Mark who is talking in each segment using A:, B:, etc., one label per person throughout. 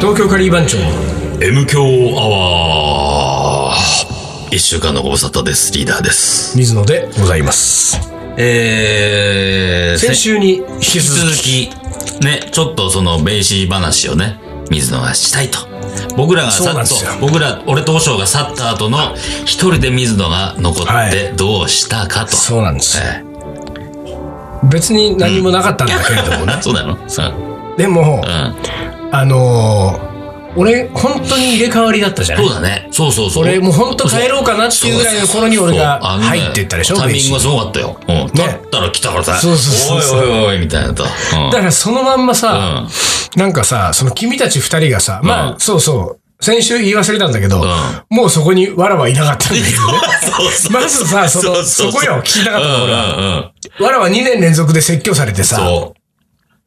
A: 強カリー番長
B: M 強アワー一週間のご無沙汰です。リーダーです。
A: 水野でございます
B: えー、
A: 先週に引き
B: 引き
A: 続
B: 続
A: き
B: き、ね、ちょっとその、ベーシー話をね、水野がしたいと。僕らが
A: そう
B: 去
A: なん
B: っ
A: ですよ
B: と、僕ら、俺と和尚が去った後の、一人で水野が残
A: は
B: って、どうしたかと。
A: そうなんです
B: え
A: 別に何もなかったんだけれどもね
B: えそうなのうん。
A: でも
B: うん。
A: あのー俺本当に入れ替わりだったじゃない
B: そうだね。そうそうそう。
A: 俺もう本当帰ろうかなっていうぐらいの頃に俺が入っていったでしょ
B: そうあのねタ
A: ベー
B: イミン
A: シ
B: グ
A: ー
B: がすごかったよ。うん。だったら来たからさ。
A: そうそうそう
B: おいおいおい、みたいなと。うん
A: だからそのまんまさ、なんかさ、その君たち二人がさ、ま
B: う
A: あ、
B: ん
A: そうそう、先週言い忘れたんだけど、
B: ん
A: もうそこにわらはいなかったんだけどね。
B: そうそう
A: まずさそのそこよ聞きたかったの俺
B: うんうんうん。
A: わらは2年連続で説教されてさ、
B: そ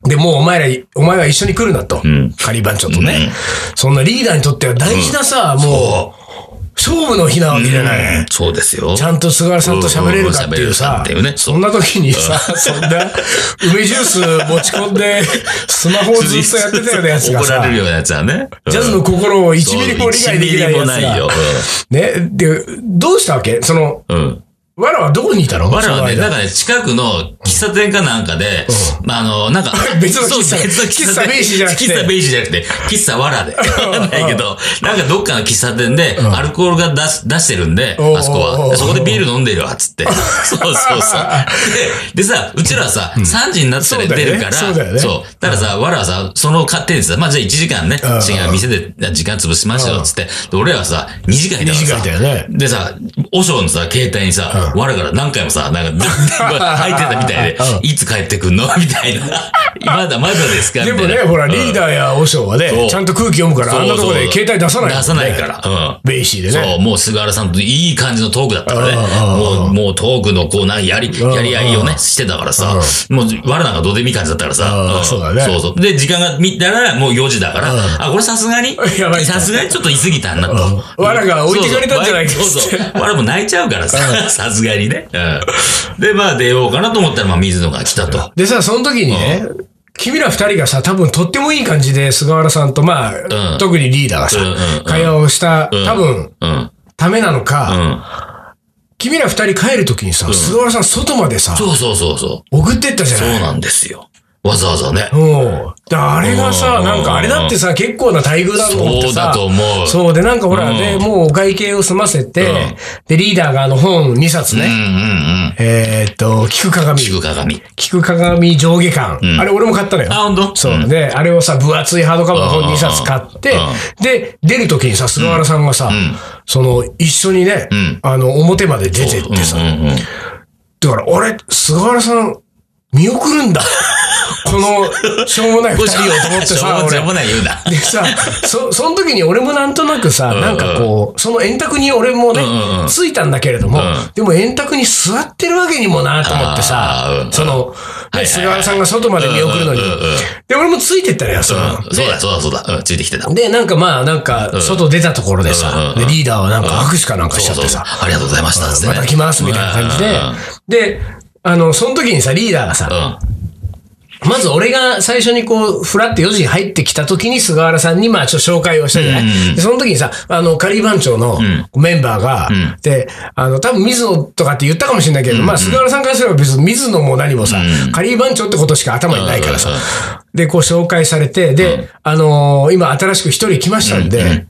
A: で、もうお前ら、お前は一緒に来るなと。
B: ん
A: カリバン長とね
B: うん。
A: そんなリーダーにとっては大事なさ、
B: う。
A: もう、勝負の日なわけじゃな
B: う
A: い
B: ん。そうですよ。
A: ちゃんと菅原さんと喋れるかっていう
B: うんうん喋れるか
A: さ
B: っていうね、そう
A: そんな時にさ、そんな梅ジュース持ち込んで、スマホをずっとやってたようなやつが
B: 怒ら
A: さ
B: れ、るようなやつはね。うん
A: ジャズの心を1ミリも理解できない
B: そ
A: や
B: う一ミリも
A: つ
B: ないよ
A: が。。ね、で、どうしたわけその、
B: うんうん。
A: わらはどこにいたの
B: 我らはね、
A: その
B: なん
A: 間、
B: かね、近くの喫茶店かなんかで、まあ、あの、なんか
A: 別の喫茶
B: そう別の喫
A: 喫
B: 茶
A: 茶ベイシーじゃなくて
B: 喫茶ベイシーじゃなくて、喫茶わらで。わかんないけど、なんかどっかの喫茶店で、アルコールが出し出してるんで、
A: おう
B: あそこ
A: おうおうおう
B: は。そこでビール飲んでるわ、つって。そうそうそう。 で、でさ、うちらはさ、3時になったら出るから、
A: そうだよねそうだよね
B: そう。だからさ、わらはさ、その勝手にさ、まあじゃあ1時間ね、
A: うん
B: 違う店で時間潰しましょう、つって。で、俺らはさ、2時間いたからさ
A: 二時間いたよね
B: でさ、和尚のさ、携帯にさ、我らから何回もさ、なんか、 入ってたみたいで、
A: う
B: いつ帰ってくんの みたいな。まだまだですかみ
A: で
B: たいな
A: もね、ほら、リー
B: ー
A: ダーや和尚は
B: そ
A: ね、
B: う
A: ちゃんと空気読むから、あんなとこで携帯出さないもんね。
B: 出さないから。うん。
A: ベイシーで
B: そ
A: ね。
B: う、もう菅原さんといい感じのトークだったからね。
A: うん
B: もう、もうトークのこう、なんやり、
A: ん
B: やり合いをね、してたからさ、もう、我らがどうでもいい感じだったから
A: うん
B: さ。ん
A: そうだね
B: そうそう。で、時間が見たらもう4時だから、あ、これさすがに
A: やばい、
B: さすがにちょっと言い過ぎたなと。
A: わらが置いてかれたんじゃないかっつって
B: そうそう。そうそうわらも泣いちゃうからさ、さすがにね。うん。で、まあ出ようかなと思ったら、まあ水野が来たと。
A: でさ、その時にね、君ら二人がさ、多分とってもいい感じで菅原さんと、まあ、
B: うん
A: 特にリーダーがさ、
B: うんうんうん
A: 会話をした、
B: ん
A: 多分、
B: うん。
A: ためなのか、
B: うん。
A: 君ら二人帰る時にさ、菅原さん外までさ、
B: そうそうそうそう。
A: 送ってったじゃ
B: そう
A: ない。
B: なんですよ。わざわざね。
A: うん。で、あれがさ、
B: うん
A: なんかあれだってさ、結構な待遇だと思ってさ。
B: そうだと思う
A: そうで、なんかほら、
B: うん
A: で、もうお会計を済ませて、
B: うん
A: で、リーダーがあの本2冊
B: うんう
A: ね、
B: んうん。
A: えーっと、聞く鏡。
B: 聞く鏡。
A: 聞く鏡上下巻。
B: ん
A: あれ俺も買ったのよ。
B: あ、ほんと
A: そう、
B: ん
A: で、あれをさ、分厚いハードカバーの
B: うん
A: 本2冊買って
B: う、
A: で、出るときにさ、菅原さんがさ、
B: ん
A: その、一緒にね、
B: ん
A: あの、表まで出てってさ、
B: うんうんうん
A: だから、俺、菅原さん、見送るん だ。この、しょうもない二人をと思って
B: しょ
A: さ、
B: うもしょうも
A: 俺。
B: ない言うな。
A: でさ、そ、 その時に俺もなんとなくさ、
B: ん
A: なんかこう、その円卓に俺もね
B: うんうんうん、
A: 着いたんだけれども
B: うん、
A: でも円卓に座ってるわけにもなと思って
B: あーうん
A: さ
B: う、ん
A: その、
B: いはいは
A: ね
B: い
A: 菅原さんが外まで見送るのに
B: うんうんうんうん、
A: で、俺もついてったらよ、その、
B: うんそうだ、そうだ、そうだ。うん、ついてきてた。
A: で、なんかまあ、なんか、外出たところでさ、
B: うん
A: でリーダーはなんか握手かなんかしち
B: そ
A: ゃ
B: う
A: っ
B: そう
A: て
B: そう
A: さ、。
B: ありがとうございました。つって
A: ま
B: ね
A: た来ますみたいな感じで、で、あの、その時にさ、リーダーがさ、
B: うんうんうん。
A: まず俺が最初にこう、ふらって4時に入ってきた時に菅原さんにまあちょっと紹介をしたじゃない、
B: うんうん
A: でその時にさ、あの、カリー番長のメンバーが、
B: ん
A: で、あの、多分水野とかって言ったかもしれないけど、まあ菅原さんからすれば別に水野も何もさ、カリー番長ってことしか頭にないからさ、
B: うんうん
A: で、こう紹介されて、で、あのー今新しく一人来ましたんで、
B: うんうんうん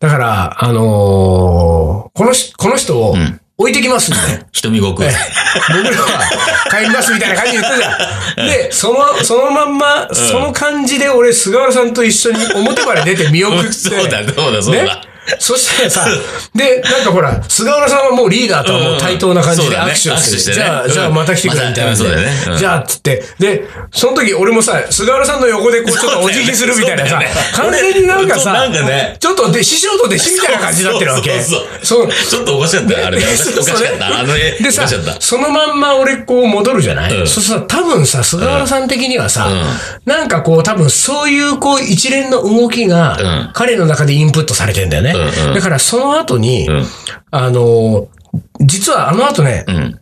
A: だから、あのーこのし、この人を置いてきますんで、
B: 瞳ごく。
A: 僕らは帰りますみたいな感じで言ってたじゃん。で、その、そのまんま、その感じで俺、菅原さんと一緒に表まで出て見送って。
B: そうだ、そうだ、そうだ
A: ね。。そしたらさ、で、なんかほら、菅原さんはもうリーダーとはもう対等な感じ
B: うん
A: で
B: そうだ
A: 握
B: ね
A: 手をして,、
B: 握手してね
A: じゃあ、
B: うん
A: じゃあまた来てくださいみたいな感じで、
B: またそうだよねうん
A: じゃあ、つって。で、その時俺もさ、菅原さんの横でこう、ちょっとお辞儀するみたいなさ、
B: そう
A: 完
B: だよね
A: 全になんか
B: そう
A: さ、
B: なんかね
A: ちょっとで、師匠と弟子みたいな感じになってるわけ。
B: そうそう
A: そう
B: ちょっとおかしかったよあ れね。おかしおかしかった。あの絵、お
A: で
B: かし
A: さ
B: かった。、
A: そのまんま俺こう戻るじゃない、
B: うん
A: そしたら多分さ、菅原さん的にはさ、なんかこう多分そういうこう一連の動き
B: う
A: が
B: ん
A: 彼の中でインプットされてんだよね。
B: うんうん
A: だからその後に、
B: ん
A: あのー、実はあの後ね、
B: うん。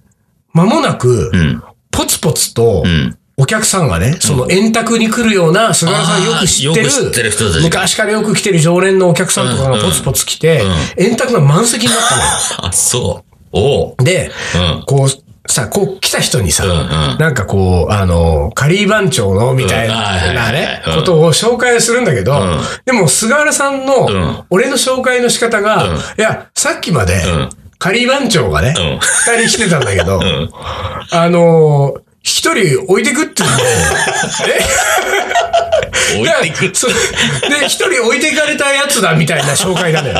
A: 間もなく、
B: うん。
A: ポツポツと
B: うん。
A: お客さんがね、その円卓に来るような、菅原さんよく知ってる、
B: あーよく知ってる人たち
A: 昔からよく来てる常連のお客さんとかがポツポツ来て、円卓が満席になったのよ。
B: あ、そう。おう。
A: で、
B: うん
A: こう、さ、こう来た人にさ、
B: うんうん
A: なんかこう、あの、カリー番長の、みたい
B: うんはいはい
A: な
B: はい
A: ね、
B: うん
A: ことを紹介するんだけど、
B: ん
A: でも菅原さんの、
B: ん
A: 俺の紹介の仕方が、
B: うん
A: いや、さっきまで、
B: ん
A: カリー番長がね、
B: う
A: 二、
B: ん
A: 人来てたんだけど、
B: ん
A: あの、一人置いてくって 言うんだよ
B: 置 いていく。
A: そで、一人置いていかれたやつだみたいな紹介なのよ。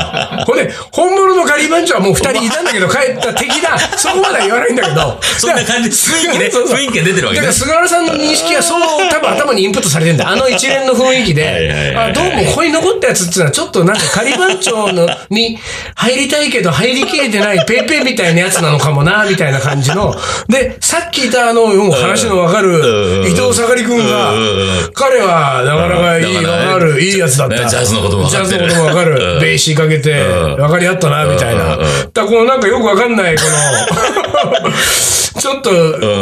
A: ほんで、本物のガリバンチョはもう二人いたんだけど、帰った敵だ。そこまでは言わないんだけど。
B: そんな感じ雰囲気ね
A: そうそう
B: 雰囲気が出てるわけね
A: だから、菅原さんの認識はそう、多分頭にインプットされて んだ。あの一連の雰囲気
B: いはいはい
A: で、
B: はい
A: あどうもここに残ったやつっていうのは、ちょっとなんかガリバンチョのに入りたいけど、入りきれてない ペーペーみたいなやつなのかもな、みたいな感じの。で、さっきいたあの、もう話のわか
B: うん
A: る伊藤盛君が
B: うんうんうん、
A: 彼はなかなかいい、
B: だから
A: わかる、いいやつだった。
B: ジャズのことも分かってる
A: ジャズのこともわか
B: う
A: る。
B: ん
A: ベーシーかけて、
B: うん
A: 分かり合ったな、みたいな。
B: うんうんうん
A: だからこのなんかよくわかんない、この、ちょっと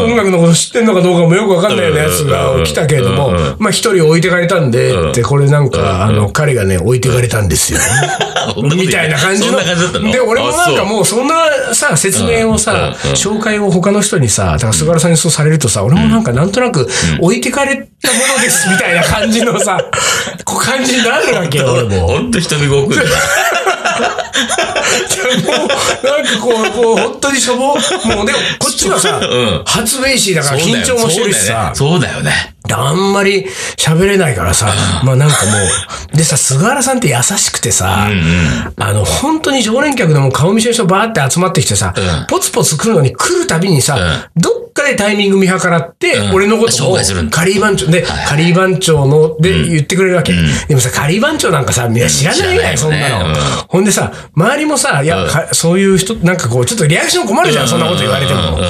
A: 音楽のこと知ってんのかどうかもよくわかんないようなやつが来たけれども
B: うんうんう、
A: まあ一人置いてかれたんで、って、これなんか、あの、彼がね、置いてかれたんですよ。 みたいな感じ
B: そん
A: の。
B: な感じだったの
A: で、俺もなんかもうそんなさ、説明をさ、
B: うんうん
A: 紹介を他の人にさ、だから菅原さんにそうされるとさ、俺もなんかなんとなく置いてかれたものですみたいな感じの さ、こう感じになるわけよ、俺
B: あそう
A: も。
B: ほんと人見ごくんだ。
A: もう、なんかこう、こう、本当にしょぼ、もうでも、こっちはさ、
B: うん
A: 初ベイシーだから緊張もしてるしさ、
B: そうだよね。
A: であんまり喋れないから さ、まあなんかもう、でさ、菅原さんって優しくてさ、あの、本当に常連客でも顔見知りの人バーって集まってきてさ、
B: うん
A: ポツポツ来るのに来るたびにさ、どっかでタイミング見計らって、
B: うん
A: 俺のこと
B: 紹
A: を
B: 介するんだ
A: カリー番長、で、
B: はい
A: カリー番長の、で、言ってくれるわけ、でもさ、カリー番長なんかさ、みんな知らないやん、
B: 知
A: そん
B: らないよね
A: なの、
B: うん
A: ほんでさ、周りもさ、いや、かそういう人、なんかこう、ちょっとリアクション困るじゃん、そんなこと言われても。
B: うんうんうんうん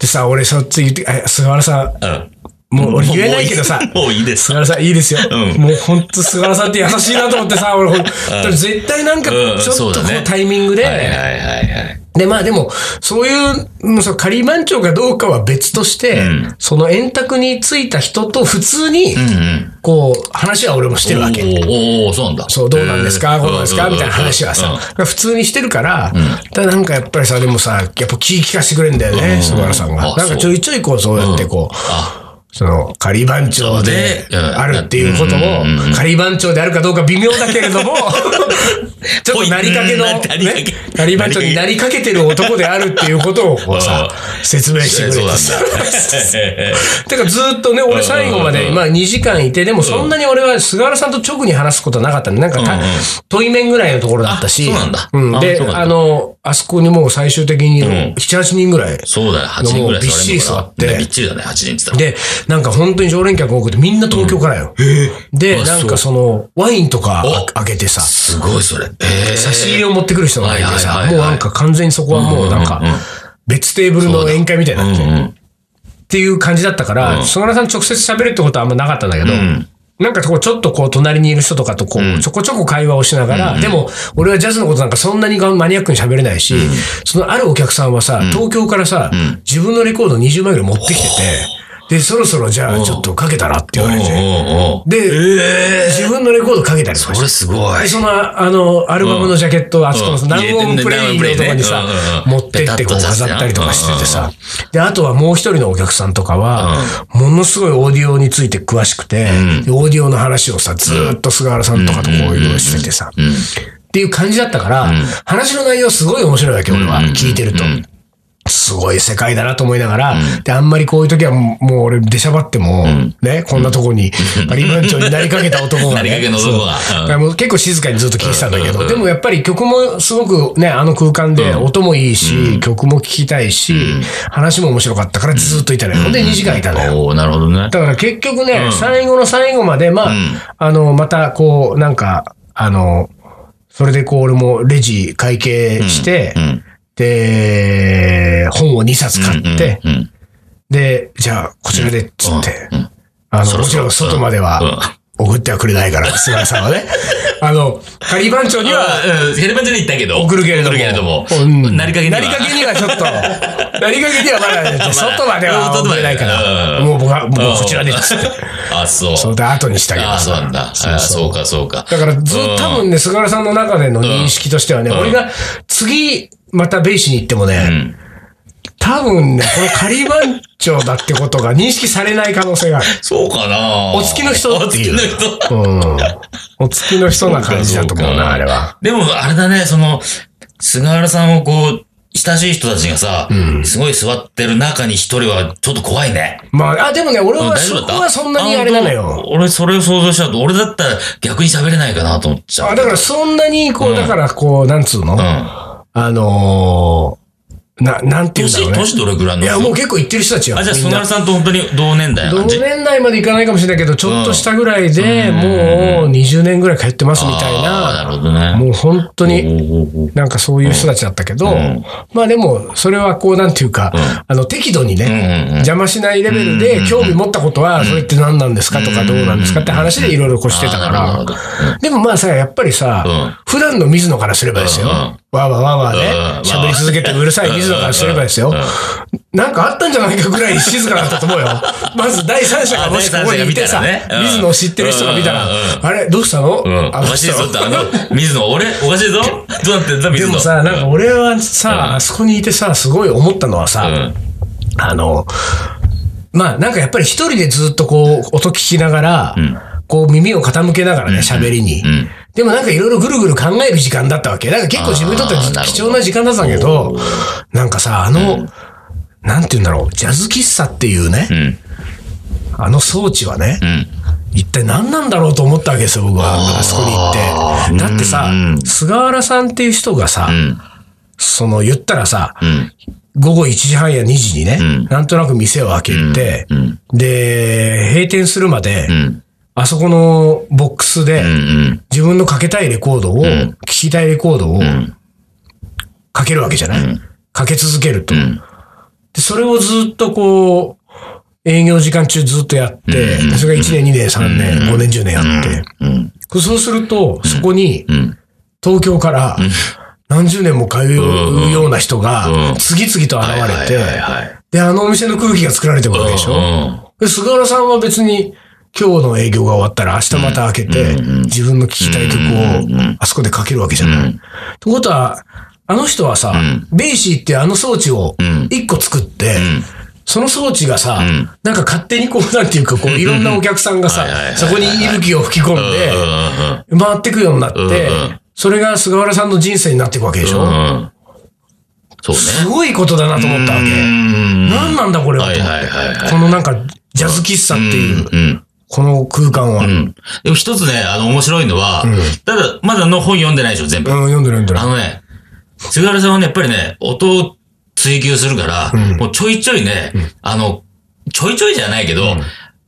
A: でさ、俺そっち言って、あ菅原さん、
B: うん。
A: もう俺言えないけどさ、
B: もういいです。
A: 菅原さんいいですよ。
B: うん
A: もうほんと菅原さんって優しいなと思ってさ、俺ほん、絶対なんかち
B: うんうん
A: ょ
B: そ
A: っ
B: う
A: と
B: だ
A: こ
B: ね
A: のタイミングで、
B: はいはいはいはい。
A: でまあでも、そういう、もうその仮番長かどうかは別として、
B: ん
A: その円卓についた人と普通に、
B: うんうん。
A: こう、話は俺もしてるわけ。
B: おーおー、そうなんだ。
A: そう、どうなんですか、
B: へー
A: こうなんですかみたいな話は
B: うんうん
A: さ、普通にしてるから、ただなんかやっぱりさ、でもさ、やっぱ気聞かせてくれんだよね、菅原さんが。
B: あ
A: なんかちょいちょいこう、そうやってこう、
B: あ、
A: その、仮番長で
B: そうでうん
A: あるっていうこと
B: うん
A: を、仮番長であるかどうか微妙だけれど も、ちょっとなりかけの、
B: うんなりかけ
A: ね、仮番長になりかけてる男であるっていうことをこうさ、説明してくれ
B: そう
A: て
B: なん
A: さ。
B: だ。
A: てかずっとね、俺最後ま
B: うんうん
A: で、
B: うん
A: まあ2時間いて、でもそんなに俺は菅原さんと直に話すことはなかったんで、なんかた
B: うんうん
A: 問い面ぐらいのところだったし、
B: あそうなんだ
A: うん
B: あ
A: で、
B: そうなんだ
A: あの、あそこにもう最終的に7、
B: ん
A: 8人ぐらい
B: そうだよ、8人ぐら
A: もう
B: い座れんのかな
A: びっしり座って
B: ねびっちりだね、8人って言ったら。
A: で、なんか本当に常連客多くて、みんな東京からよ。で、
B: あ
A: なんかその、ワインとか
B: お
A: あ開けてさ、
B: すごい、それ。え
A: 差し入れを持ってくる人がいて
B: は
A: さ
B: い、はいはいはい
A: もうなんか完全にそこはもうなんか
B: うんうんうん、
A: 別テーブルの宴会みたいになって
B: う
A: る
B: んうん。
A: っていう感じだったから、
B: うん
A: 菅原さん直接喋るってことはあんまなかったんだけど、
B: うん
A: なんかこうちょっとこう隣にいる人とかとこ
B: う
A: うんちょこちょこ会話をしながら、でも俺はジャズのことなんかそんなにマニアックに喋れないし、そのあるお客さんはさ、東京からさ、自分のレコード20枚ぐらい持ってきてて、で、そろそろじゃあちょっとかけたらって言われて、
B: おうおうおう
A: で、
B: え
A: 自分のレコードかけたりとか
B: こ
A: し
B: れ
A: て。
B: すご
A: で
B: い。
A: その、あの、アルバムのジャケットをあそこの
B: うん
A: 何音プレイのとこにさ
B: 入れてね、
A: 持ってってこう飾ったりとかしててさ。で、あとはもう一人のお客さんとかは、ものすごいオーディオについて詳しくて、でオーディオの話をさ、ずーっと菅原さんとかとこう用意しててさ。っていう感じだったから、話の内容すごい面白いわけ、俺は。聞いてると。すごい世界だなと思いながら、で、あんまりこういう時はもうもう俺出しゃばっても、ね、こんなとこに、バリバン長になりかけた男が
B: なりか
A: ね
B: け、の男が
A: そう
B: う
A: だ
B: ん
A: からもう結構静かにずっと聴いてたんだけ
B: うんうんう
A: ど、
B: ん
A: でもやっぱり曲もすごくね、あの空間で音もいいし、曲も聴きたいし、話も面白かったからずっといたのよ。ほんで2時間いたのよ。
B: おおなるほどね。
A: だから結局ね、最後の最後まで、まあ、あの、またこう、なんか、あの、それでこう、俺もレジ会計して、
B: うん。
A: で、本を2冊買って、
B: うんうん。
A: で、じゃあ、こちらで、つって、
B: うんうん
A: あの、
B: そ
A: も
B: ろ
A: ち
B: そろ
A: ろん外まで
B: うん
A: は、送ってはくれないから、菅原さんは ね。あの、仮番長には、
B: あうんヘルメットに行ったけど。
A: 送るけれども。
B: 送るけれども
A: うん
B: なりかけには。
A: なりかけにはちょっと。だ何かけにはまだね、外までは
B: 外ま
A: 送
B: で
A: れないから、
B: うん
A: もう僕は、もうこちらですって。
B: あ、そう。
A: それで後にしてあげ
B: あ
A: ま
B: あ、
A: す
B: そうなんだ。あ
A: そう
B: ー
A: そう
B: そうか、そうか。
A: だからずっと多分ね、菅原さんの中での認識としてはね、俺が次、またベイシに行ってもね、
B: ん
A: 多分ね、この仮番長だってことが認識されない可能性がある。
B: そうかな
A: お付きの人っていう
B: お付きの人。
A: うん。お付きの人な感じだと思う
B: そうか
A: な、あれは。
B: でも、あれだね、その、菅原さんをこう、親しい人たちがさ、すごい座ってる中に一人はちょっと怖いね。
A: まあ、あ、でもね、俺
B: うん
A: は
B: 大丈
A: そ
B: 夫だっ
A: こ
B: た
A: はそんなにあれなの
B: 本
A: よ。
B: 当俺、それを想像しちゃうと、俺だったら逆に喋れないかなと思っちゃう。
A: あ、だからそんなに、こう、だからこう、なんつうの
B: うん。
A: あのー、な、なんていうんだろう
B: 年、
A: ね。
B: 年どれぐらいの
A: いや、もう結構行ってる人たちよ。
B: あ、じゃあ、
A: みん
B: 菅
A: な
B: 原さんと本当に同年代な
A: 同
B: 感じ。
A: 年代までいかないかもしれないけど、ちょっとしたぐらいで、もう20年ぐらい通ってますみたい
B: あーな
A: な、
B: るほどね。
A: もう本当に、
B: おーおーおー
A: なんかそういう人たちだったけど、
B: ん
A: まあでも、それはこう、なんていうか、あの、適度にね、
B: うんうんうん
A: 邪魔しないレベルで興味持ったことは、それって何なんですかとかどうなんですかって話でいろいろこうしてたか
B: あーなるほど
A: ら、でもまあさ、やっぱりさ、
B: うん
A: 普段の水野からすればですよ、
B: うんうん
A: わーわーわーわーね
B: うんうん、
A: 喋り続けてうるさい水野からすればですよ、なんかあったんじゃないかぐらい静かだったと 思うよ。まず第三者がもしここにいてさ、
B: あ第三者が見たらねうん
A: 水野を知ってる人が見たら、
B: うんうんうん
A: あれ、どうしたの、
B: うん。お
A: あの人
B: かしいぞって、あの、水野、俺、おかしいぞどうなってんだ、水
A: で
B: 野。
A: もさ、なんか俺はさ、
B: うん
A: あそこにいてさ、すごい思ったのはさ、
B: うん
A: あの、まあなんかやっぱり一人でずっとこう音聞きながら、こう耳を傾けながらね、喋りに。
B: ん
A: でもなんかいろいろぐるぐる考える時間だったわけ。なんか結構自分にとっては
B: あーなるほど
A: 貴重な時間だったんだけど、なんかさ、あの、なんて言うんだろう、ジャズ喫茶っていうね、
B: ん
A: あの装置はね、
B: うん。
A: 一体何なんだろうと思ったわけですよ、僕は。あそこに行って。だってさ
B: うん、
A: 菅原さんっていう人がさ、
B: ん
A: その言ったらさ、
B: うん。
A: 午後1時半や2時にね、
B: ん
A: なんとなく店を開けて、
B: うん
A: で、閉店するまで、
B: うん。
A: あそこのボックスで、
B: うん。うん。
A: 自分のかけたいレコードを、
B: ん
A: 聞きたいレコードを、
B: ん
A: かけるわけじゃない、かけ続けると、
B: ん
A: で。それをずっとこう、営業時間中ずっとやって、でそれが1年、2年、3年、5年、10年やって。
B: うん。
A: そうすると、そこに、
B: ん
A: 東京から、何十年も通うような人が
B: うん、
A: 次々と現れて
B: はいはいはいはい、
A: で、あのお店の空気が作られてるわけでしょ、で菅原さんは別に今日の営業が終わったら明日また開けて、自分の聴きたい曲をあそこでかけるわけじゃない。ということは、あの人はさ、ベイシーっていうあの装置を一個作って、その装置がさ、なんか勝手にこう、なんていうか、こう、いろんなお客さんがさ
B: はいはいはいは、い
A: そこに息吹を吹き込んで、回ってくようになって
B: うんう、
A: それが菅原さんの人生になっていくわけでし
B: う
A: ょ
B: ん。そう
A: す
B: ね。
A: ごいことだなと思ったわけ。何なんだこれはと思っ
B: はいはいはいは
A: て。
B: い
A: このなんか、ジャズ喫茶っていう、
B: うん。
A: この空間は。う、
B: うんん。でも一つね、あの、面白いのは、ただ、まだの本読んでないでしょ、全部。
A: 読んでる読んでる
B: あ。のね、菅原さんはね、やっぱりね、音を追求するから、もうちょいちょいね、あの、ちょいちょいじゃないけど、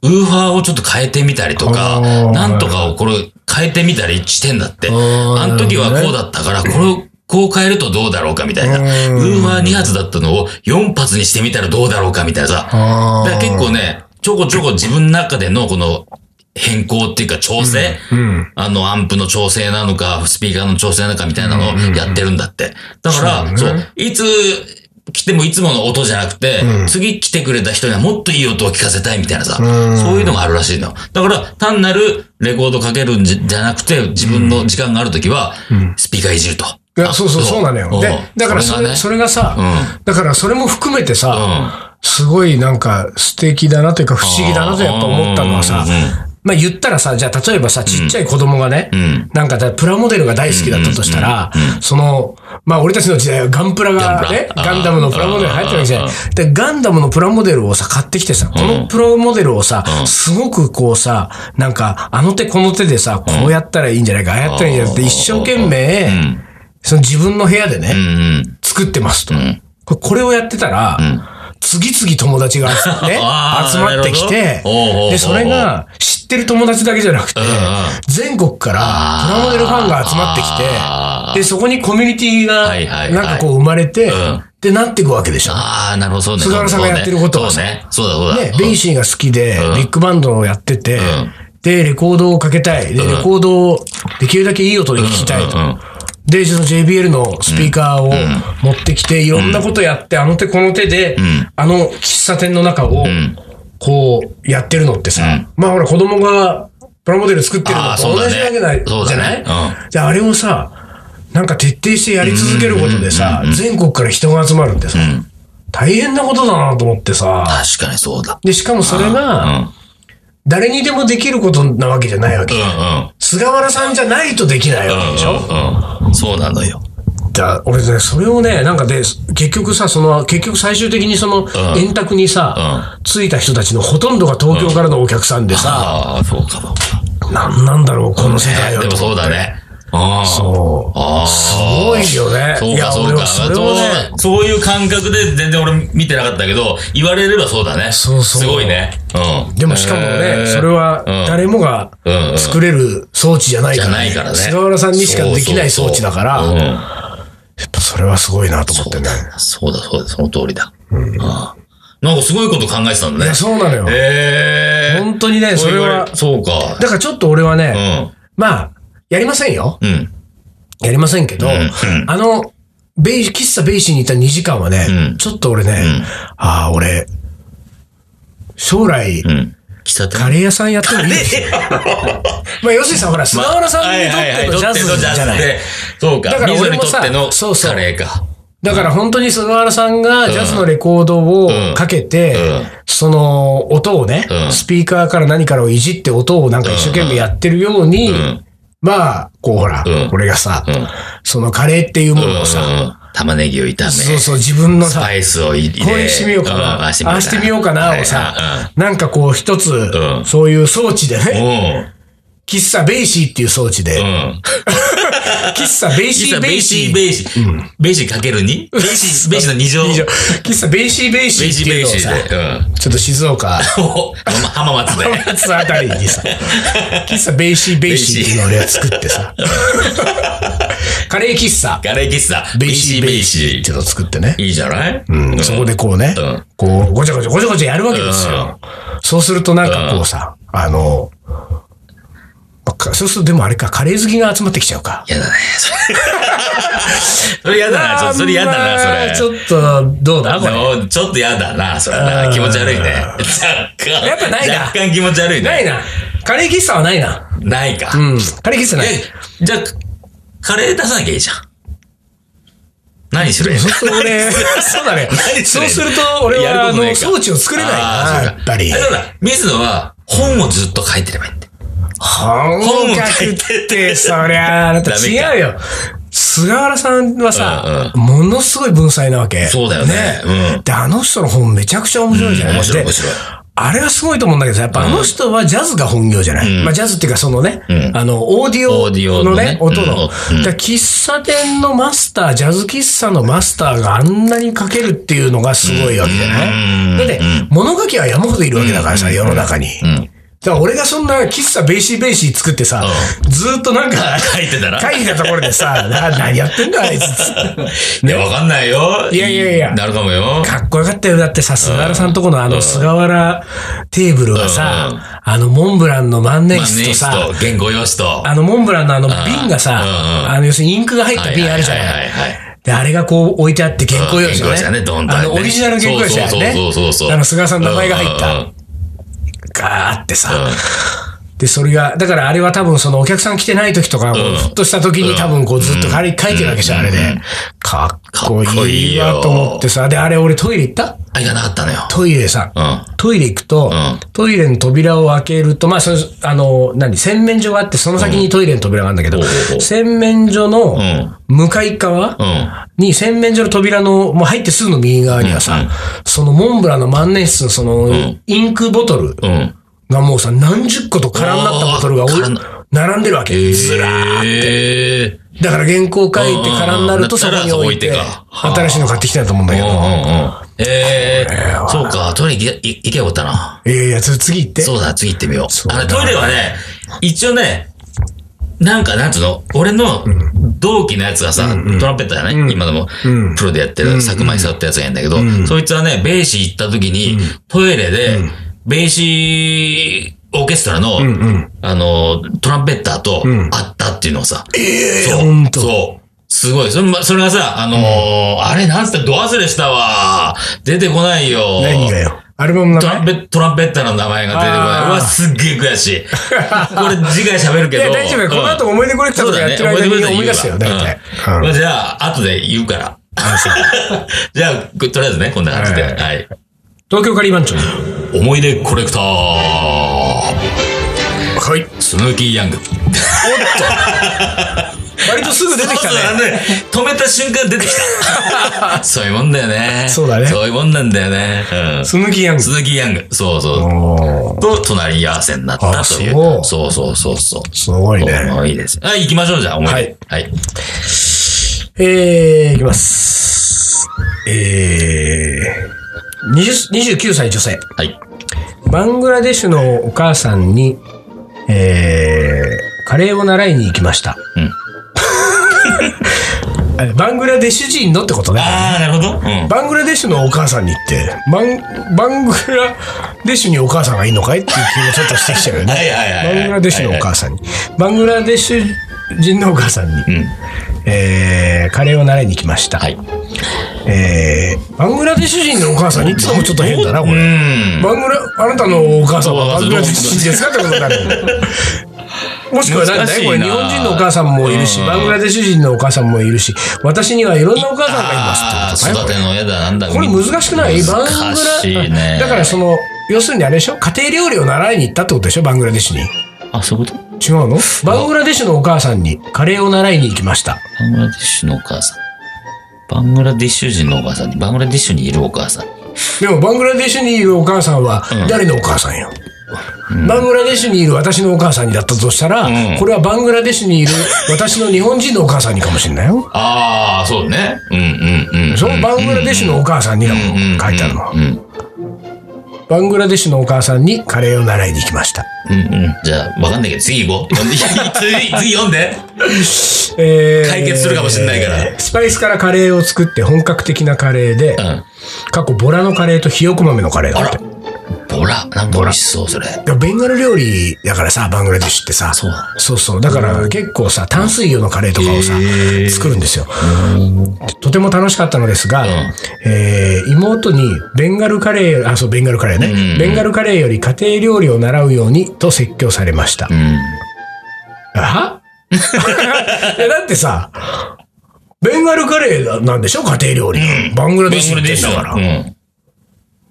B: ウーファーをちょっと変えてみたりと
A: あ
B: か、
A: ー
B: なんとかをこれ変えてみたりしてんだって。
A: あー
B: あの時はこうだったから、これをこう変えるとどうだろうかみたいな。ウ
A: うん
B: ーファー2発だったのを4発にしてみたらどうだろうかみたいなさ。
A: あ
B: だから
A: ー
B: 結構ね、ちょこちょこ自分の中でのこの変更っていうか調整、
A: うん。
B: あの、アンプの調整なのか、スピーカーの調整なのかみたいなのをやってるんだって。だから、
A: そ
B: そう
A: だね
B: う、いつ来てもいつもの音じゃなくて、次来てくれた人にはもっといい音を聞かせたいみたいなさ、
A: ん
B: そういうのがあるらしいの。だから、単なるレコードかけるんじゃじゃなくて、自分の時間があるときは、スピーカーいじると。
A: いや、そうそう、そうなのよ。で、だからそれ、そ
B: それ
A: れがさ、
B: う
A: だからそれも含めて
B: がね
A: さ、すごいなんか素敵だなというか不思議だなとやっぱ思ったのはさ
B: うんうんうん、
A: まあ言ったらさ、じゃあ例えばさ、ちっちゃい子供がね
B: うん。う、ん。
A: なんかだプラモデルが大好きだったとしたら、その、まあ俺たちの時代はガンプラがね
B: ガン、プラ
A: ガンダムのプラモデル入ってるわけじゃない
B: あ。
A: で、ガンダムのプラモデルをさ、買ってきてさ、このプラモデルをさ、
B: うん
A: すごくこうさ、なんかあの手この手でさ、こうやったらいいんじゃないか、ああやったらいいんじゃないかって一生懸命、
B: うん
A: その自分の部屋で
B: う
A: ね、
B: んうん。
A: 作ってますと。
B: ん、
A: これこれをやってたら、次々友達が集,、ね
B: あー
A: 集まってき
B: なる
A: て
B: ほどおうおうおうおう
A: で、それが知ってる友達だけじゃなくて、
B: うんうん
A: 全国からプラモデルファンが集まって
B: あ
A: き
B: ー
A: て、で、そこにコミュニティが
B: はいはいはい
A: なんかこう生まれて、
B: うん
A: で、なっていくわけでしょ。
B: ああ、なるほど、そうね。
A: 菅原さんがやってることは
B: そうね。そうだ、そうだ。
A: ね、ベイシーが好きで、ビッグバンドをやってて、
B: ん
A: で、レコードをかけたい。で、レコードをできるだけいい音で聴きたいと。
B: うんうん
A: で、その JBL のスピーカーを持ってきて、いろんなことやって、あの手この手で、あの喫茶店の中を、こう、やってるのってさ、まあほら子供がプラモデル作ってる
B: あ
A: の
B: あ
A: と
B: そうだ
A: 同
B: ね
A: じわけない、
B: そう
A: じゃ
B: だ
A: な
B: ね
A: いで、あれをさ、なんか徹底してやり続けることでさ、全国から人が集まるってさ、大変なことだなと思ってさ、
B: 確かにそうだ。
A: で、しかもそれ
B: うん。うん
A: が、誰にでもできることなわけじゃないわけ。菅原さんじゃないとできないわけでしょ、
B: うん。うん。そうなのよ。
A: だ俺ね、それをね、なんかで、結局さ、その、結局最終的にその、円卓にさ、ついた人たちのほとんどが東京からのお客さんでさ、
B: ああ、そうかそうか。
A: なんなんだろう、この世界
B: ね
A: は
B: でも
A: と。
B: そうだね。ああ。
A: そう。
B: ああ。
A: すごいよね。
B: そう
A: いや、
B: か、そう
A: 俺は
B: か。
A: それをね、
B: そうそういう感覚で全然俺見てなかったけど、言われればそうだね。
A: そうそう
B: すごいね。うん。
A: でもしかも
B: へ
A: ね、
B: ー
A: それは誰もが
B: うんうん
A: 作れる装置じゃない
B: じ
A: か
B: ゃ
A: ら
B: ない
A: ね
B: から。ね。
A: 菅原さんにしかできない装置だから、
B: そうそうそう
A: や
B: うん
A: っぱそれはすごいなと思ってね。
B: そうだ、そうだ、その通りだ。ああなんかすごいこと考えてたんだ
A: い
B: ね
A: や、。そうなのよ。
B: ええ
A: 本当にね、それは、
B: そうか。
A: だからちょっと俺は
B: う
A: ね、
B: ん。
A: まあ、やりませんよ。
B: うん。
A: やりませんけど、
B: うん
A: あの、ベイ、喫茶ベイシーにいた2時間はね、
B: うん
A: ちょっと俺ね、
B: ん
A: ああ、俺、将来、
B: うん。喫茶店
A: カレー屋さんやってもいいですよ。 まあ、要するにさ、ほら、菅原さんにとってのジャズじゃない。
B: で、そうか。
A: だから俺も
B: 水
A: さ
B: 野にとって
A: そ
B: の
A: うそう
B: カレーか。
A: だから本当に菅原さんがジャズのレコードをかけて、
B: うん
A: その音をね、
B: うん
A: スピーカーから何からをいじって音をなんか一生懸命やってるように、
B: ん
A: まあ、こうほら、
B: うん
A: 俺がさ、
B: うん
A: そのカレーっていうも
B: うんう
A: の
B: んう
A: をさ、
B: ん。玉ねぎを炒め、
A: そう
B: ス
A: そう、自分のさ、
B: パイスを入れ
A: これしてみようかな。
B: ん
A: ああしてみようかなをさ、なんかこう一つ、
B: ん
A: そういう装置で
B: はい
A: ね、
B: はいうん。
A: 喫茶ベイシーっていう装置で、
B: うん。
A: 喫茶ベイ
B: 実
A: シ
B: は
A: ー
B: ベ
A: ベ
B: ー
A: イ
B: シ
A: シ
B: ー、
A: ー
B: ベーシー、ベーシーかける 2? ベーシー、ベーシーの2乗。
A: 以上
B: ベ
A: 喫茶ベイシーベイシ
B: ー
A: ー
B: シ
A: っ
B: ー、
A: て
B: ベ
A: いう
B: ー
A: のを
B: シ
A: さ、
B: ーで。うん。
A: ちょっと静岡、
B: お浜松で。
A: 夏あたりに さ、喫茶ベイシーベイシーっていうのを俺は作ってさ、カレー喫茶、
B: ガレー喫茶、ベ
A: ベ
B: ー
A: イ
B: シ
A: シ
B: ー、
A: ー
B: ベ
A: ベ
B: ー
A: イシー
B: シ
A: っていうのを作ってね
B: ー。。いいじゃない
A: うんそこでこうね、
B: うん
A: こう、ごちゃごちゃごちゃごちゃやるわけですよ。そうするとなんかこうさ、あの、かそうするとでもあれか、カレー好きが集まってきちゃうか。
B: やだね。それそれやだな、ちょっとそれやだな、そ
A: まあ
B: れ。
A: ちょっと、どうだこれ。
B: もうちょっとやだな、それな。
A: うん
B: 気持ち悪いね。若干。
A: やっぱないな
B: 若干気持ち悪いね。
A: ない。な。カレー喫茶はないな。
B: ないか。
A: うん。カレー喫茶ない。
B: えじゃあ、カレー出さなきゃいいじゃん。何する
A: そうすると俺、そうだね。
B: 何そ
A: そ
B: れ
A: うすると俺
B: やる
A: は、
B: こ
A: あ
B: とねえ
A: の、
B: か
A: 装置を作れないな、
B: あーそう
A: や
B: か
A: っぱり
B: あ。そうだ、水野は本をずっと書いてればいいんだよ。
A: 本格って、そりゃあ、あなた
B: ダメか
A: 違うよ。菅原さんはさ、ものすごい文才なわけ。
B: そうだよねうん
A: で、あの人の本めちゃくちゃ面白いじゃない
B: 面白
A: で
B: い面白い
A: あれはすごいと思うんだけどさ、やっぱあの人はジャズが本業じゃない、まあジャズっていうかそのね、あの、オーディ
B: オーディオ
A: オ
B: の
A: の
B: ね
A: ね、音の。
B: う
A: だ
B: ん
A: から喫茶店のマスター、ジャズ喫茶のマスターがあんなに書けるっていうのがすごいわけじゃ
B: うん
A: ないだって、物書きは山ほどいるわけだからさ、世の中に。だから俺がそんな喫茶ベーシーベーシー作ってさ、ずーっとなん か、
B: 書いてたら
A: 書いてたところでさ、な何やってんだあ いつ。
B: いや、わかんないよ。
A: いやいやいや
B: なるかもよ。
A: かっこよかったよ。だってさ、菅原さんとこのあの菅原テーブルがさ、あのモンブランの万年
B: まあ、
A: 筆
B: ネ
A: と
B: イス
A: さ
B: と、、言語用紙と。
A: あのモンブランのあの瓶がさ、
B: うんうん
A: あの要するにインクが入った瓶あるじゃ
B: はい
A: な
B: はい
A: い。
B: はいはい。
A: で、あれがこう置いてあって原稿用紙
B: 原稿
A: が
B: 用紙だ
A: ね
B: ねどんどん
A: あ
B: ね
A: のオリジナル原稿用紙だよね。
B: そうそうそうそうそう
A: あの菅原さんの名前が入っ
B: うんうん
A: た
B: う。
A: ガーってさ。で、それが、だからあれは多分そのお客さん来てない時とか、こうふっとした時に多分こうずっと書い書いてるわけじゃん、あれで。かっこ
B: かっこい
A: い
B: い
A: い
B: よ
A: わと思ってさ。で、あれ俺トイレ行った
B: あ、いかなかったのよ。
A: トイレさ
B: う。ん。
A: トイレ行くと、
B: ん
A: トイレの扉を開けると、まあ、そのあの、何、洗面所があって、その先にトイレの扉があるんだけど、
B: うんおうおう
A: 洗面所の
B: ん
A: 向かい側
B: うん。
A: に、洗面所の扉の、もう入ってすぐの右側にはさ、
B: うんうん
A: そのモンブランの万年筆のその、
B: ん
A: インクボトル
B: うん。
A: がもうさ、何十個と空になったボトルがおい
B: おー空な
A: 並んでるわけ。ずらー
B: って。
A: だから原稿書いて空になると
B: うんう
A: そ
B: んうん
A: こに置いて
B: なったらそこ置いて、
A: 新
B: か
A: しいの買ってきたと思うんだ
B: うん
A: け
B: うんう
A: ど、
B: ん。ええ、そうか、トイレ行け、行けばよかったな。
A: いやいや、つ次行って。
B: そうだ、次行ってみよ。
A: そううだ
B: あの、トイレはね、一応ね、なんか、なんつうの、俺の同期のやつがさ、トランペットじゃない今でも、プロでやってる、佐久間に座ったやつがいるんだけど、そいつはね、ベーシー行った時に、トイレで、ベーシーオーケストラの、あの、トランペッターと会ったっていうのをさ、
A: えー
B: そう
A: ほんと
B: そう。すごい。それまそれがさ、あのーあれ、なんつったド忘れしたわ。出てこないよ。
A: 何がよ。アルバムの
B: ト
A: 名前
B: ランペット、トランペッターの名前が出てこ
A: あ
B: な
A: ー
B: い。うわ、すっげえ悔 しい。これ次回喋るけ
A: い
B: ど。
A: や、大丈夫よ。この後
B: うん
A: 思い出コレクター
B: そ
A: と
B: う
A: か
B: だ
A: やっ
B: ね。
A: てる
B: 思い
A: 間
B: 出
A: に
B: く
A: 思
B: れたら
A: い出すよ、
B: 言う
A: 大
B: わ
A: 体。
B: うん
A: うん
B: まあじゃあ、後で言うから。 じゃあ、とりあえずね、こんな感じで。
A: はい
B: はい。
A: 東京カリーマンチョ
B: 思い出コレクター、
A: はい。
B: スヌーキーヤング。
A: 割とすぐ出てきた
B: そうそ
A: ね。
B: うなんで止めた瞬間出てき た。そういうもんだよね。
A: そうだね
B: そういうもんなんだよね。うん。
A: スヌキヤング。
B: 鈴木ヤング。そうそう。
A: おー
B: と、隣り合わせになったという。
A: あ
B: そうそうそうそう。
A: すごいね。
B: もういいです。はい、行きましょう、じゃあ、思い出。はい。
A: えー、いきます。えー、20 29歳女性。
B: はい。
A: バングラデシュのお母さんに、えー、カレーを習いに行きました。
B: うん。
A: あバングラデシュ人のってことね。
B: あー、なるほど。うん。
A: バングラデシュのお母さんに行って、バン、バングラデシュにお母さんがいいのかいっていう気もちょっとしてきちゃうよね。
B: はい はいはいはい
A: バングラデシュのお母さんに。バングラデシュ人のお母さんに、
B: うん。
A: えー、カレーを習いに行きました。
B: はい。
A: えー、バングラデシュ人のお母さんにってのもちょっと変だな、こ
B: う
A: れ。
B: ん。
A: バングラ、あなたのお母さんはバングラデシュ人ですかってことになるよね。もしくはなん
B: 難
A: だ
B: しい
A: ね、
B: な
A: これ日本人のお母さんもいるし、
B: うん
A: バングラデシュ人のお母さんもいるし、私にはいろんなお母さんがい
B: あ
A: ますって
B: ー
A: こと
B: 育
A: ね。
B: ての親だ、なんだ
A: これ難しくないバングラ
B: 難しいね。
A: だからその、要するにあれでしょ家庭料理を習いに行ったってことでしょバングラデシュに。
B: あ、そういうこと
A: 違うのバングラデシュのお母さんにカレーを習いに行きました。
B: バングラディッシュのお母さん。バングラディッシュ人のお母さんに、バングラディッシュにいるお母さん。
A: でもバングラデシュにいるお母さんは
B: うん
A: 誰のお母さんよ、バングラデシュにいる私のお母さんにだったとしたら、
B: うん
A: これはバングラデシュにいる私の日本人のお母さんにかもしれないよ。
B: ああ、そうね。うんうんうん。
A: そのバングラデシュのお母さんにはもう書いてあるの。
B: うんうん
A: バングラデシュのお母さんにカレーを習いに行きました。
B: うんうん。じゃあ、わかんないけど、次行こう。 読んで次、次読んで。
A: えー
B: 解決するかもしれないから
A: スパイスからカレーを作って本格的なカレーで
B: う、ん。
A: 過去ボラのカレーとひよこ豆のカレー
B: あ
A: だって
B: ら。。ボラ。なんか美味しそう、それ。
A: いやベンガル料理だからさ、バングラデシュってさ。
B: そうな
A: そうそうだから結構さ、淡水魚のカレーとかをさ
B: へ、ー
A: 作るんですよ。とても楽しかったのですが、
B: ん
A: えー妹にベンガルカレー、あ、そう、ベンガルカレーね。
B: うん
A: ベンガルカレーより家庭料理を習うようにと説教されました。
B: うん。
A: はいやだってさ、ベンガルカレーなんでしょ家庭料理、バングラデシュって言うんだから。
B: うん。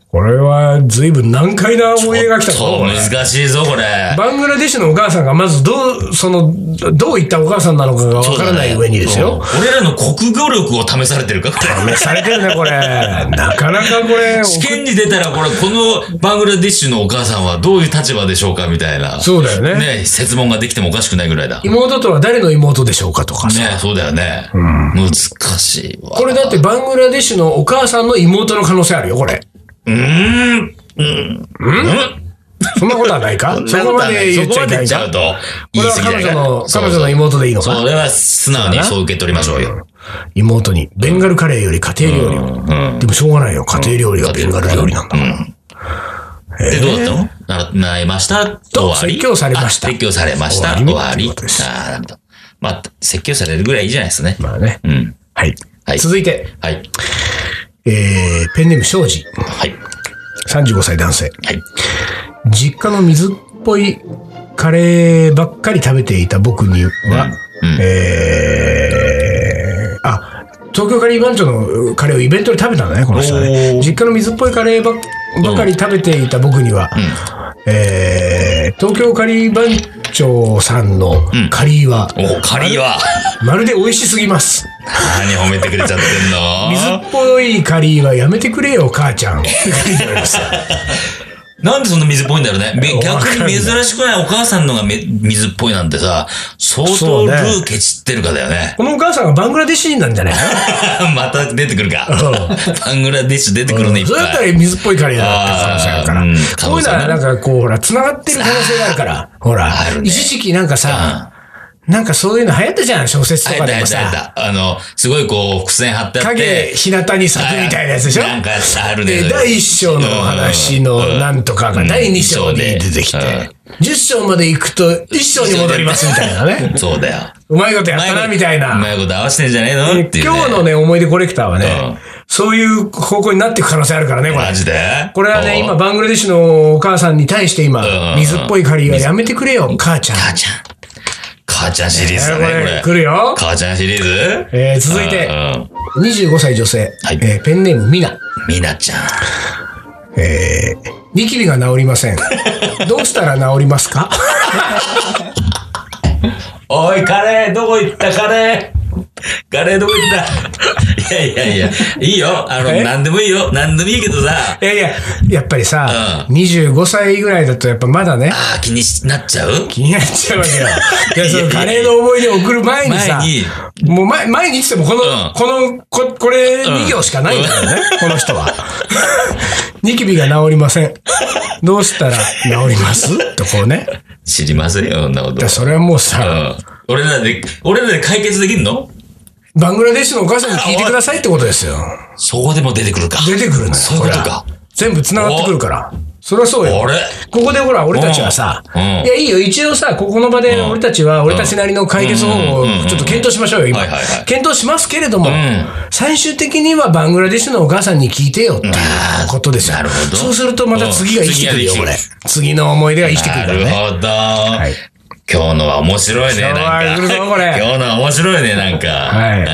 A: これは随分難解な思い出が来たぞ
B: そう、
A: これ
B: 難しいぞ、これ。
A: バングラデシュのお母さんがまずどう、その、どういったお母さんなのかがわからない上にですよ。
B: そうだね。うん俺らの国語力を試されてるか、これ。
A: 試されてるね、こ れ。なかなかこれ。
B: 試験に出たら、これ、このバングラディッシュのお母さんはどういう立場でしょうかみたいな。
A: そうだよね
B: ね、説問ができてもおかしくないぐらいだ。ね、
A: 妹とは誰の妹でしょうかとかさ。
B: そうだよね。難しいわ。
A: これだってバングラデシュのお母さんの妹の可能性あるよ、これ。
B: うーん。
A: そんなことはないかそこまで言っちゃい
B: そこ
A: け
B: まで
A: な
B: 言っ
A: い
B: ちゃ
A: か
B: う。と、
A: こ
B: 言
A: れ
B: い
A: は
B: 過ぎ
A: 彼
B: だ
A: 女
B: から
A: の、
B: そう
A: 彼女の妹でいいの
B: そう
A: か
B: それは素直にそう受け取りましょうよ。
A: 妹に。ベンガルカレーより家庭料理
B: う
A: を。
B: ん。
A: でもしょうがないよ。家庭料理がベンガル料理なんだから。
B: うん。で、どうだったの習習いました。終わり。
A: 説教されました
B: あ説教されました。
A: 終
B: 終
A: わ
B: わ
A: りという
B: り。あ
A: ことです
B: あ、なるほど。まあ、説教されるぐらいいいじゃないですかね。
A: まあね。
B: うん。
A: はい。
B: はい
A: 続いて、
B: はい。
A: えーペンネーム庄司。
B: はい。
A: 35歳男性。
B: はい。
A: 実家の水っぽいカレーばっかり食べていた僕には、
B: うん
A: えーあ、東京カリー番長のカレーをイベントで食べたんだね、この人は
B: お
A: ね。
B: ー
A: 実家の水っぽいカレーばっばっかり食べていた僕には、えー東京カリー番長さんのカリーは、
B: お、カリーは、
A: まるで美味しすぎます。
B: 何褒めてくれちゃってん の
A: 水っぽいカリーはやめてくれよ、母 ちゃん。
B: なんでそんな水っぽいんだろうね。め
A: わ
B: 逆
A: かんない
B: に珍しくないお母さんのがめ水っぽいなんてさ、相
A: そ
B: 当
A: う
B: ル
A: ね
B: ーケチってるかだよね。
A: このお母さんはバングラデシュ人なんじゃない
B: また出てくるか
A: う。
B: バングラディッシュ出てくるね、いっ
A: それだった
B: ぱい。
A: ら水っぽいカレーだっていう可能性あるから。
B: あーうん
A: こういうのはなんかこう、ほら、繋がってる可能性があるから。ほら
B: あ、るね
A: 一時期なんかさ、なんかそういうの流行ったじゃん、小説と
B: あえ
A: か
B: た
A: で
B: あえ
A: も
B: たあえ
A: さ。
B: た。あの、すごいこう、伏線張ってあっ
A: 影、
B: て。
A: 日向に咲くみたいなやつでしょ
B: なんかあるね。
A: で、第1章のお話のなんとかが第2章に出てきて
B: うんうん、
A: 10章まで行くと1章に戻りますみたいなね。
B: そうだよ。
A: うまいことやったなみたいうな。
B: まいこと合わせてんじゃねえのっていうね。
A: 今日のね、思い出コレクターはね
B: うん、
A: そういう方向になっていく可能性あるからね、これ
B: マ。ジで
A: これはね、
B: お
A: 今、バングラデシュのお母さんに対して
B: んうん
A: 今、
B: うん
A: 水っぽい借りはやめてくれよ、母ちゃん。
B: 母ちゃん。母ちゃんシリーズだ
A: ね
B: ね、
A: こ
B: こ
A: れ
B: れ。
A: 来るよ
B: 母ちゃんシリーズ
A: えー続いて
B: うん
A: 25歳女性、
B: はい
A: えーペンネームミナ。
B: みなちゃん。
A: えー、ニキビが治りませ ん。どうしたら治りますか
B: おい、カレー、どこ行った、カレー。 カレー、どこ行った。 いやいやいや、いいよ。あの、
A: え
B: なんでもいいよ。なんでもいいけどさ。
A: いやいや、やっぱりさ、
B: う
A: 25歳ぐらいだとやっぱまだね、
B: ああ、気にしなっちゃう
A: 気になっちゃうわ けよ。いや、そ
B: いやい
A: の
B: や
A: カレーの思い出を送る前にさ、
B: 前に
A: もう前前にって言ってもこ
B: うん
A: の、この、こ、これ2行しかないんだよね、この人は。 ニキビが治りません。どうしたら治りますとこうね。
B: 知りませんよ、そんなこと
A: で。それはもうさ、
B: うん。俺らで、俺らで解決できんの
A: バングラデシュのお母さんに聞いてくださいってことですよ。
B: そこでも出てくるか。
A: 出てくるのよ。
B: そういうこと
A: ほら
B: か。
A: 全部繋がってくるから。そりゃそうよ。
B: あれ
A: ここでほら、俺たちはさ、
B: うんうん
A: いや、いいよ。一応さ、ここの場で
B: ん
A: 俺たちは、俺たちなりの解決方法を
B: うんうんうんうん
A: ちょっと検討しましょうよ、今
B: はいはいは。い
A: 検討しますけれども
B: ん、
A: 最終的にはバングラデシュのお母さんに聞いてよっていうことですよ
B: なるほ。ど
A: そうするとまた次が生きてくるよ、
B: うん
A: こ
B: 次が
A: れ
B: 生きて。
A: 次の思い出が生きてくる
B: な
A: から
B: る
A: ね。
B: ほど。
A: い
B: 今日のは面白いね、なん
A: 今
B: か。
A: 日は来るぞこれ
B: 今日のは面白いね、なんか。
A: はい
B: うん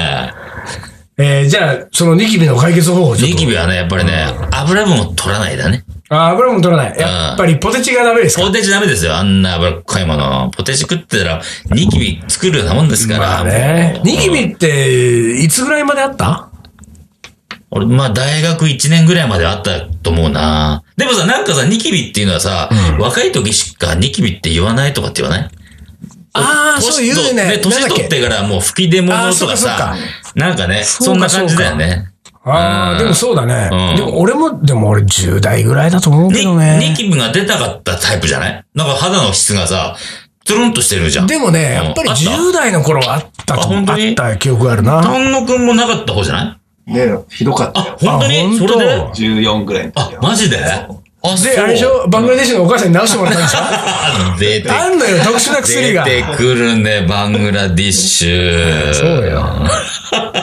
A: えーじゃあ、そのニキビの解決方法をちょっ
B: ニ
A: と。
B: キビはね、やっぱりね、油分を取らないだね。
A: あ、油も取らない。やっぱりポテチがダメですか
B: ポテチダメですよ、あんな脂っこいもの。ポテチ食ってたら、ニキビ作るようなもんですから。
A: まあね
B: も。う
A: ニキビって、いつぐらいまであった
B: 俺、まあ大学1年ぐらいまであったと思うな。でもさ、なんかさ、ニキビっていうのはさ、若い時しかニキビって言わないとかって言わない
A: ああ、そう言うね。なん
B: 年
A: だっ
B: 取っ
A: け。
B: てからもう吹き出物
A: あーそ
B: と
A: っか
B: か
A: そっ
B: さ
A: か、
B: なんかね、
A: そ
B: そ
A: うんか
B: な感じだよね。
A: ああ、でもそうだね。
B: うん
A: でも俺も、でも俺10代ぐらいだと思うけ
B: ニ
A: どね。
B: ニキビが出たかったタイプじゃないなんか肌の質がさ、つるんとしてるじゃん。
A: でもね、
B: うん
A: やっぱり
B: あった
A: 10代の頃はあったと
B: あ本当に
A: あった記憶があるな。
B: 丹野くんもなかった方じゃない
C: ねひどかったよ
B: あ、。本当
A: あ本
B: に
A: 当
B: それで
C: 14ぐらいの時
B: あ、
C: は。
B: マジであ、そう
A: で、あれでしょバングラデシュのお母さんに直してもらったん でしょ
B: あ出て
A: あんのよ、特殊な薬
B: 出
A: が。
B: てくるね、バングラディッシュ。
A: そうよ。
B: だ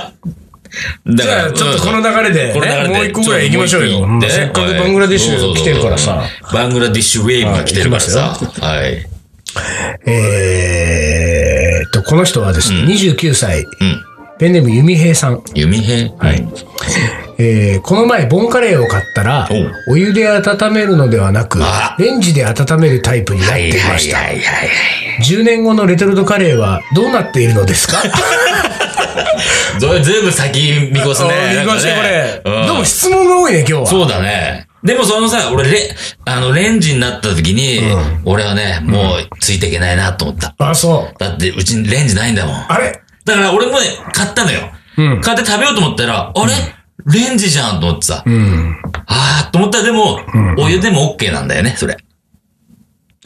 A: じ
B: か
A: ゃ
B: ら。
A: あ、ちょっとこの流れで、
B: この流れ
A: ね
B: で
A: もう一個ぐらい行きましょう
B: ち
A: よ。
B: っと
A: う
B: も
A: ん
B: う一個行って
A: せっかくバングラデシュ来てるから
B: は
A: さ
B: い。そうそうそうバングラディッシュウェーブが来てるからさ。はい。
A: えーっと、この人はですね、29歳、
B: うん。
A: ペンネーム弓平さん。
B: 弓兵はい。
A: えーこの前、ボンカレーを買ったら、お湯で温めるのではなく
B: あ、
A: レンジで温めるタイプになっていました。
B: はいはいはい。
A: 10年後のレトルトカレーはどうなっているのですか
B: ずいぶん先見越すね。
A: あー見越してこれ。
B: なんかねうん
A: どうも質問が多いね、今日は。
B: そうだね。でもそのさ、俺レ、あの、レンジになった時に、俺はね、もうついていけないなと思った。
A: あ、そう。
B: だって、うちにレンジないんだもん。だか
A: あれ
B: ら俺もね、買ったのよ。
A: うん
B: 買って食べようと思ったら、あれ、レンジじゃんと思ってさ。
A: うん。
B: あーと思ったらでも、お湯でも OK なんだよね、それ。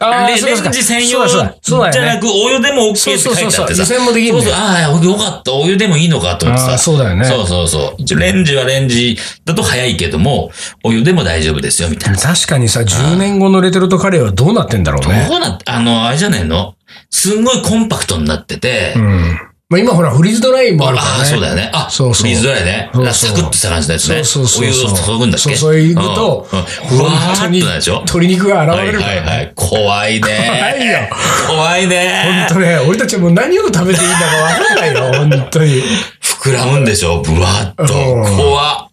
A: あ
B: レ
A: ーそう
B: レ
A: かそうか
B: ンジ
A: そ
B: 専
A: う
B: 用
A: だ
B: じ
A: そう
B: ゃ
A: だそうだよ
B: な
A: ね。
B: く、お湯でも OK って書いてあって
A: そう
B: さ。
A: そうそう湯煎もできるん
B: そ
A: だ
B: う
A: よ
B: そう、ああ、よかった、お湯でもいいのかと思って
A: あー
B: さ。
A: そうだよね
B: そうそうそう。一応レンジはレンジだと早いけども、お湯でも大丈夫ですよ、みたいな。
A: 確かにさ、10年後のレトルトカレーはどうなってんだろうね。
B: どうなって、あの、あれじゃねえのすんごいコンパクトになってて、
A: うん。まあ今ほら、フリーズドライもあるから
B: あ
A: ね。
B: あ、そうだよね。あ、
A: そうそう
B: 水ドライね。
A: そうそう
B: サクッとした感じのやつね。
A: そうそうそうそう
B: お湯を注ぐんだっけ
A: 注いぐと
B: うんうんふわーっとなるでしょ
A: 鶏肉が現
B: は
A: れ
B: い
A: るか
B: は
A: ら
B: い
A: ね。
B: はい。怖いね。
A: 怖いよ。
B: 怖いね。
A: 本当ね、俺たちはもう何を食べていいんだかわかんないよ、本当に。
B: 膨らむんでしょぶわーっと。
A: うん
B: 怖
A: だ
B: っ。
A: か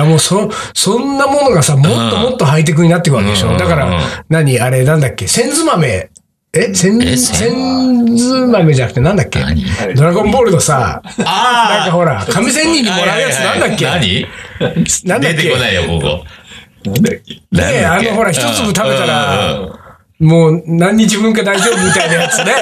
A: らもうそ、そんなものがさ、もっともっとハイテクになっていくわけでしょ。
B: うん
A: だから、
B: うん
A: 何あれ、なんだっけ、千豆豆。え千
B: え
A: 千豆豆じゃなくてなんだっけ
B: 何
A: ドラゴンボールのさ、
B: ああ
A: なんかほら、神仙人にもらうやつなんだっけ、
B: はいはいはい
A: なんだっ
B: 何出てこ
A: け
B: ないよ、ここ。
C: なんだっけ
B: なんだっけ
A: あのほら一粒食べたら
B: うんうんうん
A: もう何日分か大丈夫みたいなやつで。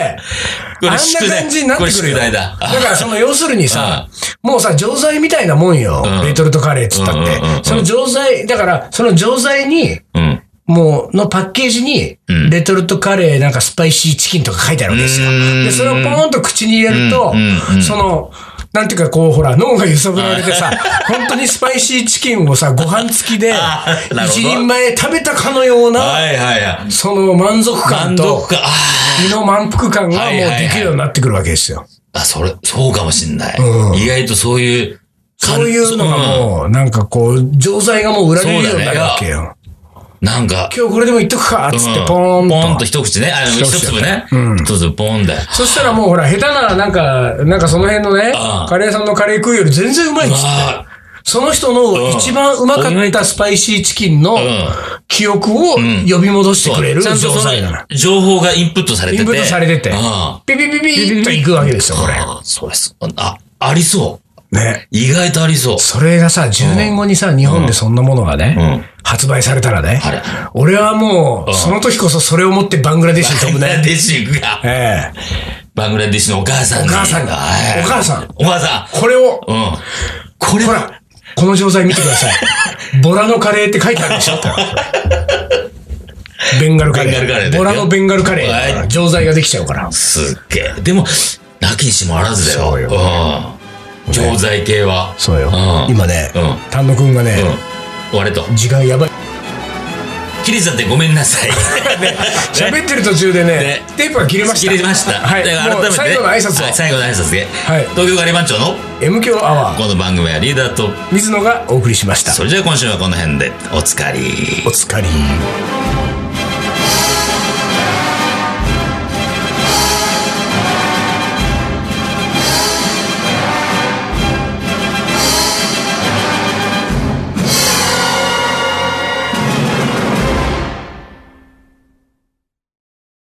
B: これ
A: あんな
B: 宿題
A: 感じになってくるよ。
B: これ宿題だ
A: だからその要するにさ、もうさ、錠剤みたいなもんよ。
B: う ん
A: レトルトカレーっつったって。
B: うんうんうんうん
A: その錠剤、だからその錠剤に、
B: うん。
A: もう、のパッケージに
B: うん、
A: レトルトカレーなんかスパイシーチキンとか書いてあるわけですよ。
B: うん
A: で、それをポンと口に入れると
B: うんうんうん、
A: その、なんていうかこう、ほら、脳が揺さぶられてさ、 本当にスパイシーチキンをさ、ご飯付きで、
B: あーなるほど
A: 一人前食べたかのような、
B: はいはいはい。
A: その満足感
B: 満足
A: と、
B: 感、あ
A: 身の満腹感がも
B: は
A: う
B: いはいはい
A: できるようになってくるわけですよ。
B: あ、それ、そうかもしんない。
A: うん
B: 意外とそういう感、
A: そういうのが
B: うん、
A: もう、なんかこう、錠剤がもう売られるようになるわけよ。
B: なんか、
A: 今日これでも言っとくかっつって、ポーンと。
B: ポンと一口ね。あ、一
A: 一口
B: 粒ね。
A: うん
B: 一粒ポンだよ。
A: そしたらもうほら、下手な、なんか、なんかその辺のね
B: ああ、
A: カレー屋さんのカレー食うより全然うまいっつって。
B: あ
A: その人の一番うまかったスパイシーチキンの
B: ん
A: 記憶を呼び戻してくれる
B: ちゃんと
A: 状
B: そ
A: 態だな。
B: の情報がインプットされてて。
A: インプットされてて
B: うん。
A: ピピピピッといくわけですよ、これ。
B: あそうです。あ、ありそう。
A: ね。
B: 意外とありそう。
A: それがさ、10年後にさ、日本でそんなものがね、発売されたらね
B: あれ、
A: 俺はもう、その時こそそれを持ってバングラデシュに飛
B: バン
A: ぶ
B: グラ
A: ね。
B: デシュが、
A: ええ。
B: バングラデシュのお母さんに。
A: お母さんが
B: はい
A: お母さん。
B: お母さ
A: これを、
B: ん。うん。これ
A: ほら、この錠剤見てください。 ボラのカレーって書いてあるでしょってベンガルカレー。
B: ベンガルカレーだよ
A: ボラのベンガルカレーだから
B: は
A: 錠剤ができちゃうから。
B: すっげえ。でも、なきにしもあらずだよ。
A: そうよ
B: うん。錠剤系は。
A: そうよ。
B: ん。
A: 今ね
B: うん、
A: 丹野くんがね、
B: うん。割れと。
A: 時間やばい。
B: 切れちゃってごめん なさい。
A: 喋ってる途中でね
B: ね、
A: テープが切れました。
B: 切れました。
A: はい。
B: で
A: もう最後の挨拶
B: はい
A: を。
B: 最後の挨拶で。
A: はい
B: 東京ガリバン長の
A: M 強アワー、
B: この番組はリーダーと、
A: 水野がお送りしました。
B: それじゃあ今週はこの辺で、おつかり。
A: お疲れ。